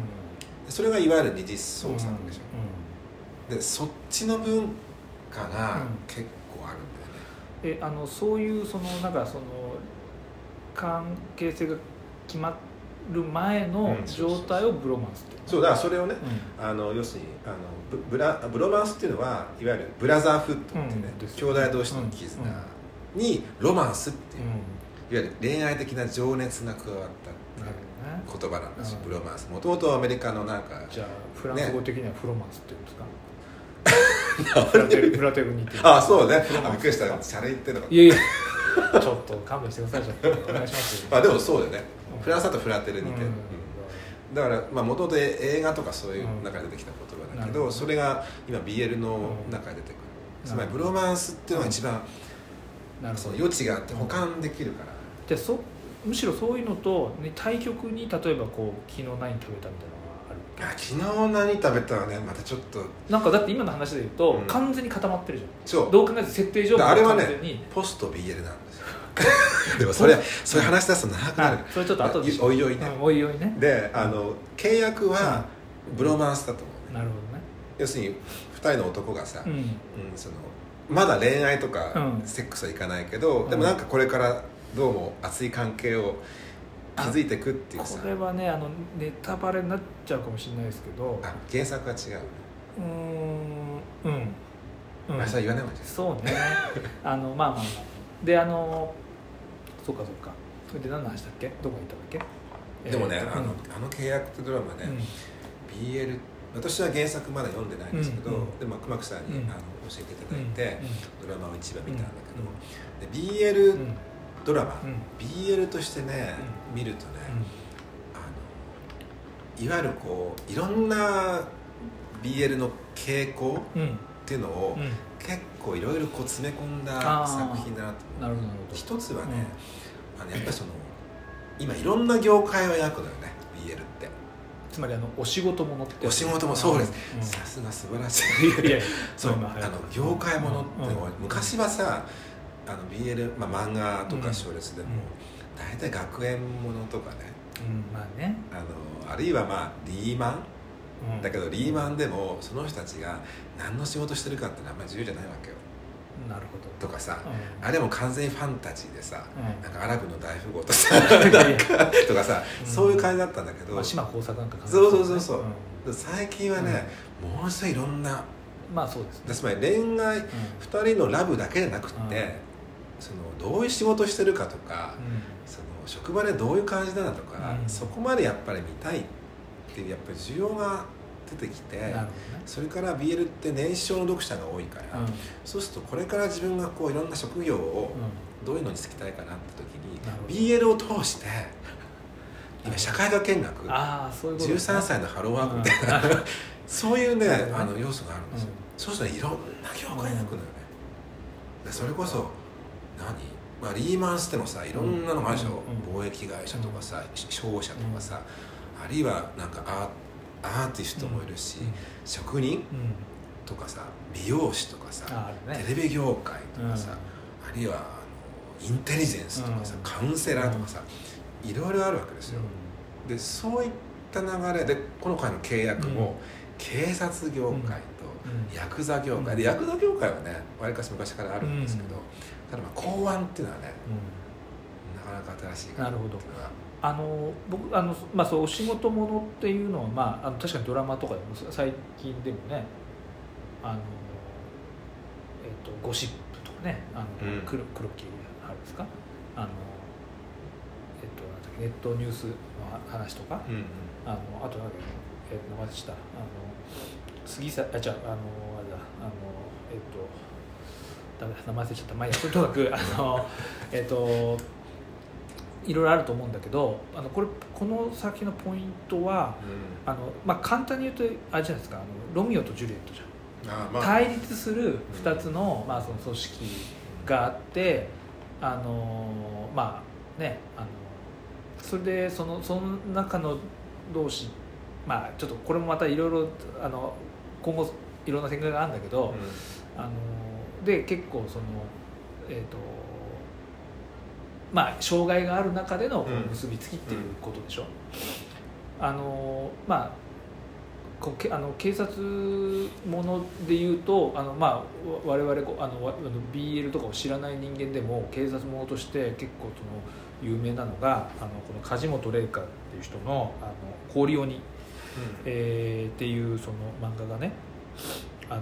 でそれがいわゆる二次創作でしょ、でそっちの文化がうん結構あるんだようんえね、あのそういうそのなんかその関係性が決まる前のうん状態をブロマンスってそうだからそれをねうあの要するにあのブブラブロマンスっていうのはいわゆるブラザーフッドっていうね、うんです兄弟同士の絆にロマンスっていう、んいわゆる恋愛的な情熱が加わったなるほどね言葉なんですよ、うんブロマンスもともとアメリカのなんかじゃあフランス語的にはフロマンスって言うんですか、あフラテフラテグニティあそうねフロマンスあびっくりしたチャレ言ってんのかいやいやちょっと勘弁してくださいちょっとお願いしますまあでもそうだよね、うんフランスだとフラテルにて、うんうだからまあ元々映画とかそういううん中で出てきた言葉なだけるど、ほどそれが今 BL の中で出てくる、うんつまりブロマンスっていうのが一番、んなるそほのど余地があって保管できるから、でそむしろそういうのと、ね、対局に例えばこう昨日何食べたみたいなのがあるあ昨日何食べたらねまたちょっとなんかだって今の話で言うと、うん完全に固まってるじゃそんうどう考えても設定上だからあれは完ね全にポスト BL なん *laughs* ですよでもそれそれ話し出すと長くなるあそれちょっと後でおいおいねうんおいおいねであの契約はブロマンスだと思う、ねなるほ要するに2人の男がさ、どねうんそのまだ恋愛とかうんセックスはいかないけど、うんでもなんかこれからどうも熱い関係を築いていくってうんいうさこれはねあのネタバレになっちゃうかもしれないですけどあ原作は違う、うーんうんうまあんそれは言わないもんじゃないそうねあのまあまあまあであのそうかそうかそれで何の話だっけどこ行ったんだっけでもね、えーとあのあの契約ってドラマね、BL 私は原作まだ読んでないんですけど、うんうんでまあ、熊木さんに、うんあの教えていたうだいんて、うんドラマを一話見たんだけど、でう BL、んドラマ、うん BL としてね、見るとね、あのいわゆるこういろんな BL の傾向うんうんっていうのを、うん結構いろいろこう詰め込んあだー作品だなとなるほどなるほど一つはね、あのやっぱりその今いろんな業界を描くのよね BL ってつまりあのお仕事ものってお仕事もそうです、うんさすが素晴らしいいやいやそう今流行っあてるの業界ものって、うんうん昔はさあの BL、まあ、漫画とうかん小説でも、うん大体学園ものとかねうんまあねあのあるいはまあリーマンうんだけどリーマンでもその人たちが何の仕事してるかってのはあんまり自由じゃないわけよなるほどとかさ、うんあれも完全にファンタジーでさ、うんなんかアラブの大富豪と *laughs* さとかさ、うんそういう感じだったんだけど、まあ島工作なんか考えてそうそうそうそうう最近はね、ものすごいいろんなんまあそうですねつまり恋愛2人のラブだけじゃなくって、うんそのどういう仕事してるかとか、うんうんその職場でどういう感じだなとか、うんそこまでやっぱり見たいっていうやっぱり需要が出てきてなるそれから BL って年少の読者が多いから、ほどねそうするとこれから自分がこういろんな職業をうんうんどういうのに就きたいかなって時になるほど BL を通して今社会科見学ああそういうことですね13歳のハローワークみたいな、そういうねなるほどねあの要素があるんですよ、うんそうするとねいろんな業界になくのよね、でそれこそ何まあ、リーマンスでもさいろんなのもあるでしょ、うん貿易会社とかさ商社とかさ、あるいはなんかアーアーティストもいるし、職うん人うんとかさ美容師とかさ、ああるねテレビ業界とかさ、あるいはあのインテリジェンスとかさ、うんカウンセラーとかさいろいろあるわけですよ、でそういった流れでこの回の契約も、うん警察業界うとんヤクザ業界、うんでヤクザ業界はねわりかし昔からあるんですけど、うんただまあ公安っていうのはねうんなかなか新しいかなるほどっていうのはあの僕あの、まあ、そうお仕事ものっていうのは、まあ、あの確かにドラマとかでも最近でもねあの、えっとゴシップとかねあの、うん黒黒木あるんですかあの、えっとなんだっけネットニュースの話とか、うんうんあのあとなんだっけ、えー、名前でしたあの杉さあじゃあのあれだあのえっ、とダメだ名前忘れちゃったまあいいやとにかく *laughs* あのえっ、といろいろあると思うんだけどあのこれこの先のポイントはあのまあ簡単に言うとあれじゃないですかあのロミオとジュリエットじゃん、あーまあ対立する2つの,、まあその組織があってあのまあねあのそれでそのその中の同士まあちょっとこれもまたいろいろあの今後いろんな展開があるんだけど、あので結構そのえっ、とまあ障害がある中でのうん結びつきっていうことでしょ、あのまあこうけあの警察もので言うとあの、まあ、わ我々こうあのわあの BL とかを知らない人間でも警察ものとして結構その有名なのがあのこの梶本玲香っていう人の「あの氷鬼」うんえーっていうその漫画がねあの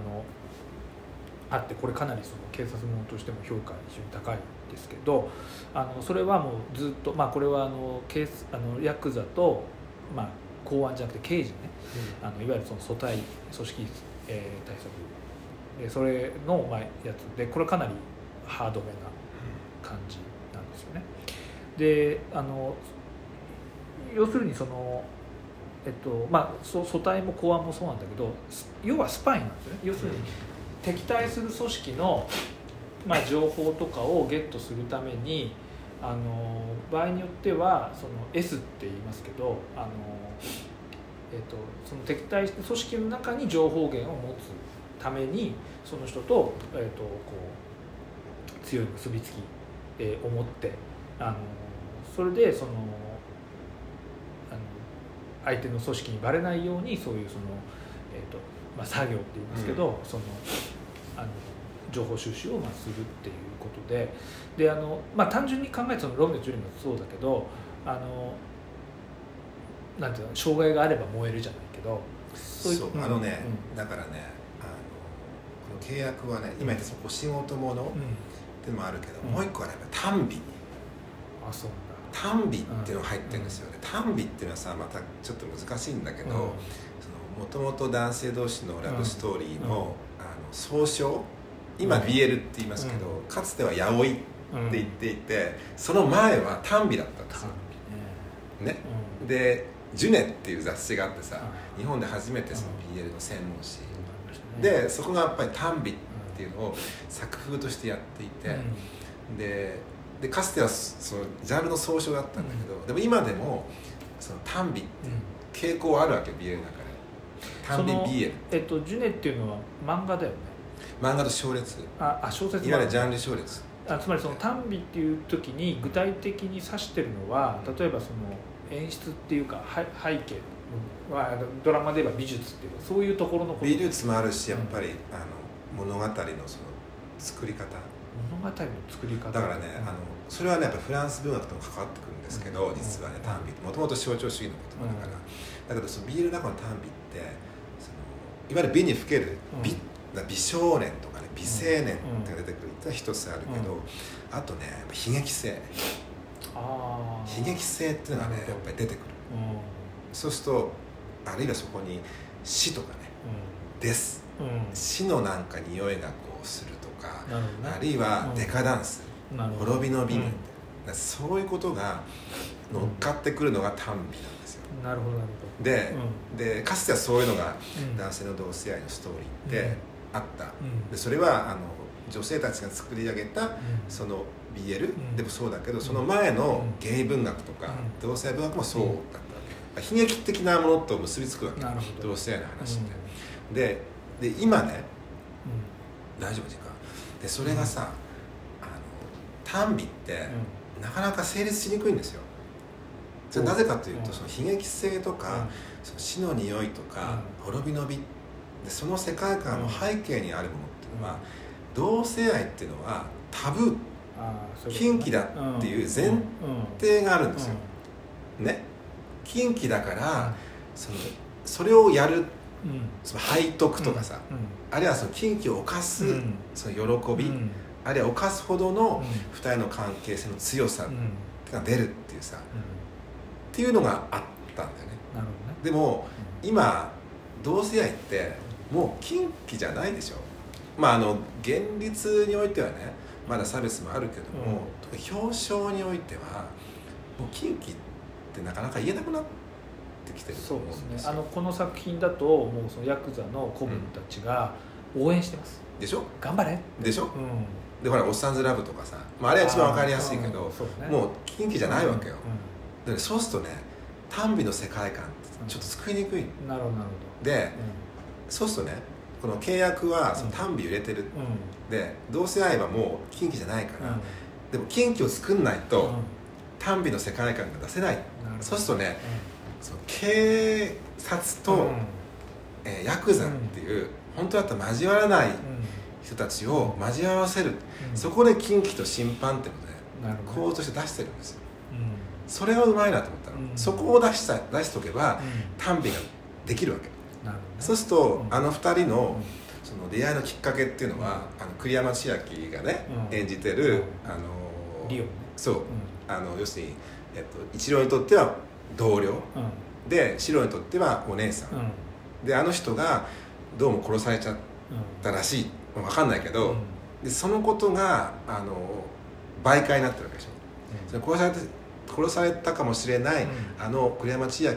あってこれかなりその警察ものとしても評価非常に高いんですけどあのそれはもうずっと、まあ、これはあの警察あのヤクザと、まあ、公安じゃなくて刑事ねあのいわゆるその組対組織、えー対策でそれの、まあ、やつでこれかなりハードめな感じなんですよね。であの要するにそのえっとまあそ組対も公安もそうなんだけどす要はスパイなんですよね要するに敵対する組織の、まあ、情報とかをゲットするためにあの場合によってはその S って言いますけどあの、えっと、その敵対して組織の中に情報源を持つためにその人と,、えっとこう強い結びつき、えーを持ってあのそれでそのあの相手の組織にバレないようにそういうその、えーとまあ、作業って言いますけど、そのあの情報収集をまあするっていうことでであの、まあ、単純に考えてそのロミオ・ジュリエットもそうだけどあのなんていうの障害があれば燃えるじゃないけどそういんあのね、うんだからねあのこの契約はね今言ったそのお仕事ものうんってのもあるけど、うんもう一個はねやっぱ単美あそう単美っていうのが入ってるんですよね、単美っていうのはさまたちょっと難しいんだけなんどだ、うんもともと男性同士のラブストーリーの,、あの総称今うん BL って言いますけど、うかつては「やおい」ってうん言っていて、その前は「単美」だったんですよ単、ね、美ねで「ジュネ」っていう雑誌があってさ、うん日本で初めてその BL の専門誌、うんでそこがやっぱり「単美」っっていうのを作風としてやっていて、うんででかつてはそそのジャンルの総称だったんだけど、でも今でもその単美うん傾向あるわけ BL の中で単美その BL えっとジュネっていうのは漫画だよね漫画と小列ああ小説いわゆるジャンル小列あつまりその単美っていう時に具体的に指してるのは例えばその演出っていうかは背景はあのドラマで言えば美術っていうかそういうところのこと美術もあるしやっぱり、あの物語のその作り方物語の作り方だからね、あのそれはねやっぱフランス文学とも関わってくるんですけど、うん実はね単美ってもともと象徴主義の言葉だから、だけどその BL の中の単美ってそのいわゆる美にふけるうん美,、美少年とかね美青年っていうのが出てくるってのは一つあるけど、うんあとねやっぱ悲劇性あー悲劇性っていうのがねやっぱり出てくるうんうんそうするとあるいはそこに死とかねですうん死のなんか匂いがこうするとかなるほどねあるいはデカダンス、なるほど滅びの美みたいなう、だからそういうことが乗っかってくるのが単美なんですよんなるほどなるほどでうん、でかつてはそういうのがうん男性の同性愛のストーリーって、あったうんでそれはあの女性たちが作り上げたうんその BL、んでもそうだけどその前のうんゲイ文学とか、うん同性文学もそうだったわけ、悲劇的なものと結びつくわけなるほど同性愛の話って、うでで今ねん大丈夫時間でそれがさ、あの単美ってうんなかなか成立しにくいんですよそれなぜかといううと、んその悲劇性とか、その死の匂いとか、滅びのびでその世界観の背景にあるものっていうのは、同性愛っていうのはタブーあーそうい禁うことね忌だっていう前うん定があるんですよ、ね禁忌だからそのそれをやるうんうんその背徳とかさ、うんあるいはその禁忌を犯す、うんその喜び、うんあるいは犯すほどのうん2人の関係性の強さうんが出るっていうさ、っうんていうのがあったんだよねなるほどねでもう今同性愛ってもう禁忌じゃないでしょまああの現実においてはねまだ差別もあるけども、特に表彰においてはもう禁忌ってなかなか言えなくなってきてるとそう思うんでですすねよあのこの作品だともうそのヤクザの子分たちが応援してます、でしょ頑張れでしょうんでほら「おっさんずラブ」とかさ、まあ、あれは一番わかりやすいけど、もう禁忌じゃないわけよ、でそうするとね単美の世界観ってちょっと作りにくいうんなるほどなるでほどそうするとねこの契約はその単美を入れてるうんで同性愛はもう禁忌じゃないかうんら、でも禁忌を作んないうとん単美の世界観が出せない、なるほどそうするとねその警察と、うんえーヤクザっていう、本当だったら交わらない人たちを交わらせる、うんそこで禁忌と審判っていうのでなるほど構図として出してるんですようんそれがうまいなと思ったの、うんそこを出した出しとけばうん単美ができるわけなるほどねそうすると、うんあの二人うのんその出会いのきっかけっていうのは、あの栗山千明がね、うん演じてうんる、あのーリオねそううあの要するに、えっと、一郎にとっては同僚んうんで四郎にとってはお姉さん、うんであの人がどうも殺されちゃったらしい、まあ、分かんないけど、うんでそのことがあの媒介になってるわけでしょそれ殺されて殺されたかもしれない、うんあの栗山千明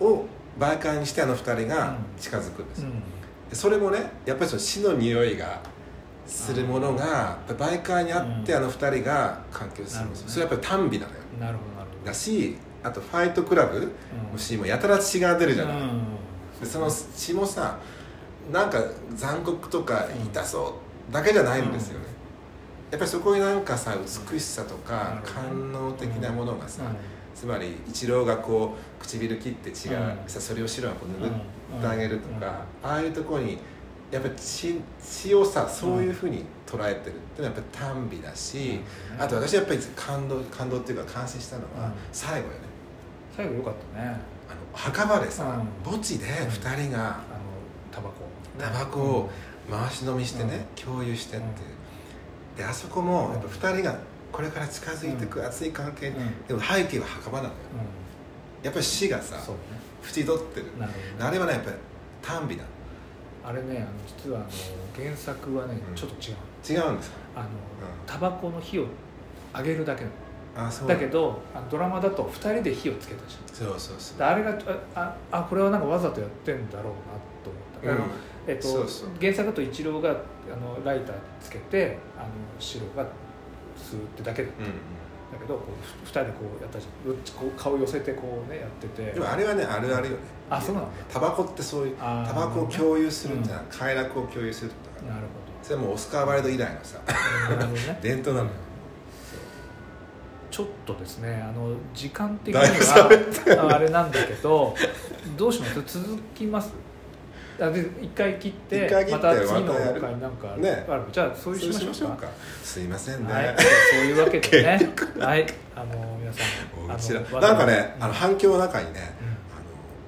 うんを媒介にしてあの二人が近づくんです、うんでそれもねやっぱりその死の匂いがするものがやっぱり媒介にあって、うんあの二人が関係するんですよそなれるはやっぱり単美なのよなるほどなるほどだしあとファイトクラブうんのシーンもやたら血が出るじゃない、うんでその血もさなんか残酷とか痛そうだけじゃないんですよね、やっぱりそこになんかさ美しさとかうん官能的なものがさ、うんつまり一郎がこう唇切って血がうんさそれを白がこう塗うんってあげるとか、ああいうところにやっぱり血血をさそういうふうに捉えてるっていうのはやっぱり短美だし、あと私やっぱり感動感動っていうか感心したのうはん最後よね最後良かったねあの墓場でさ、う墓地で2人があのタバコタバコを回し飲みしてね、共有してっていうであそこもやっぱ2人がこれから近づいていく熱い関係、うんでも背景は袴なのようやっぱり死がさんそうね縁取ってるなるほどねあれはねやっぱり短美だあれねあの実はあの原作はねうんちょっと違う違うんですかあのんタバコの火を上げるだけなのあそうだけどあのドラマだと2人で火をつけたじゃそうそうそうんであれがあああこれはなんかわざとやってんだろうなと思った、あのえっとそうそう原作だと一郎があのライターつけてあの白が吸うってだけだうんだけどこう2人でこうやったじゃんどっちこう顔寄せてこうねやっててでもあれはねあるあるよねあそうなんだタバコってそういうあータバコを共有するんじゃない快楽を共有するってことかななるそれはもうオスカー・ワイルド以来のさほどなるほど *laughs* ね伝統なのよちょっとですねあの時間的にだいぶ喋はああれなんだけどどうします続きますあで一回切って一回切ってまた次のまたや他るになんかある,、ねじゃあそうそしうしままししょょううかかすいませんね、はい、そういうわけで *laughs* ね、はい、あの皆さん、うちらあのなんかね、うんあの反響の中にねうんあの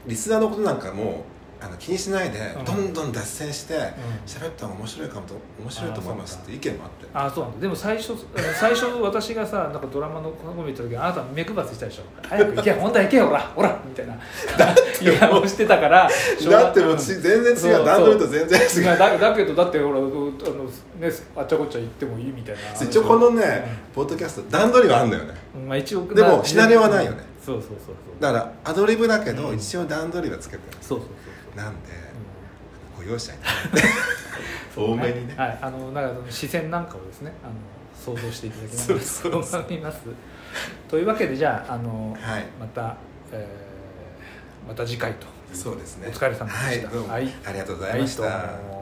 リスナーのことなんかもあの気にしないで、うんどんどん脱線してん喋った方が面白いかもと面白いと思いますっていう意見もあってあそうなんだでも最初 *laughs* あの最初私がさなんかドラマのこの子見た時あなた目くばつしたでしょ早く行 *laughs* け本題行けよほらほらみたいな言い方をしてたからだってもうしょちうが全然そう違そうう段取りと全 *laughs* 然違うがだだけどだってほらあの、ね、あっちゃこっちゃ行ってもいいみたいな一応このね、ポッドキャスト段取りはあるんだよねうんまあ、一応でもシナリオはないよねそうそうそうそうだからアドリブだけど、うん一応段取りはつけてるそうそうそうそうなんで、 *laughs* うご容赦にその多めにねはい、あのだからその視線なんかをですねあの想像していただきながらそうそうそうと思いますというわけでじゃああの、はいまた、えーまた次回とそうですねお疲れ様でしたはいどうもはいありがとうございました、はいどうも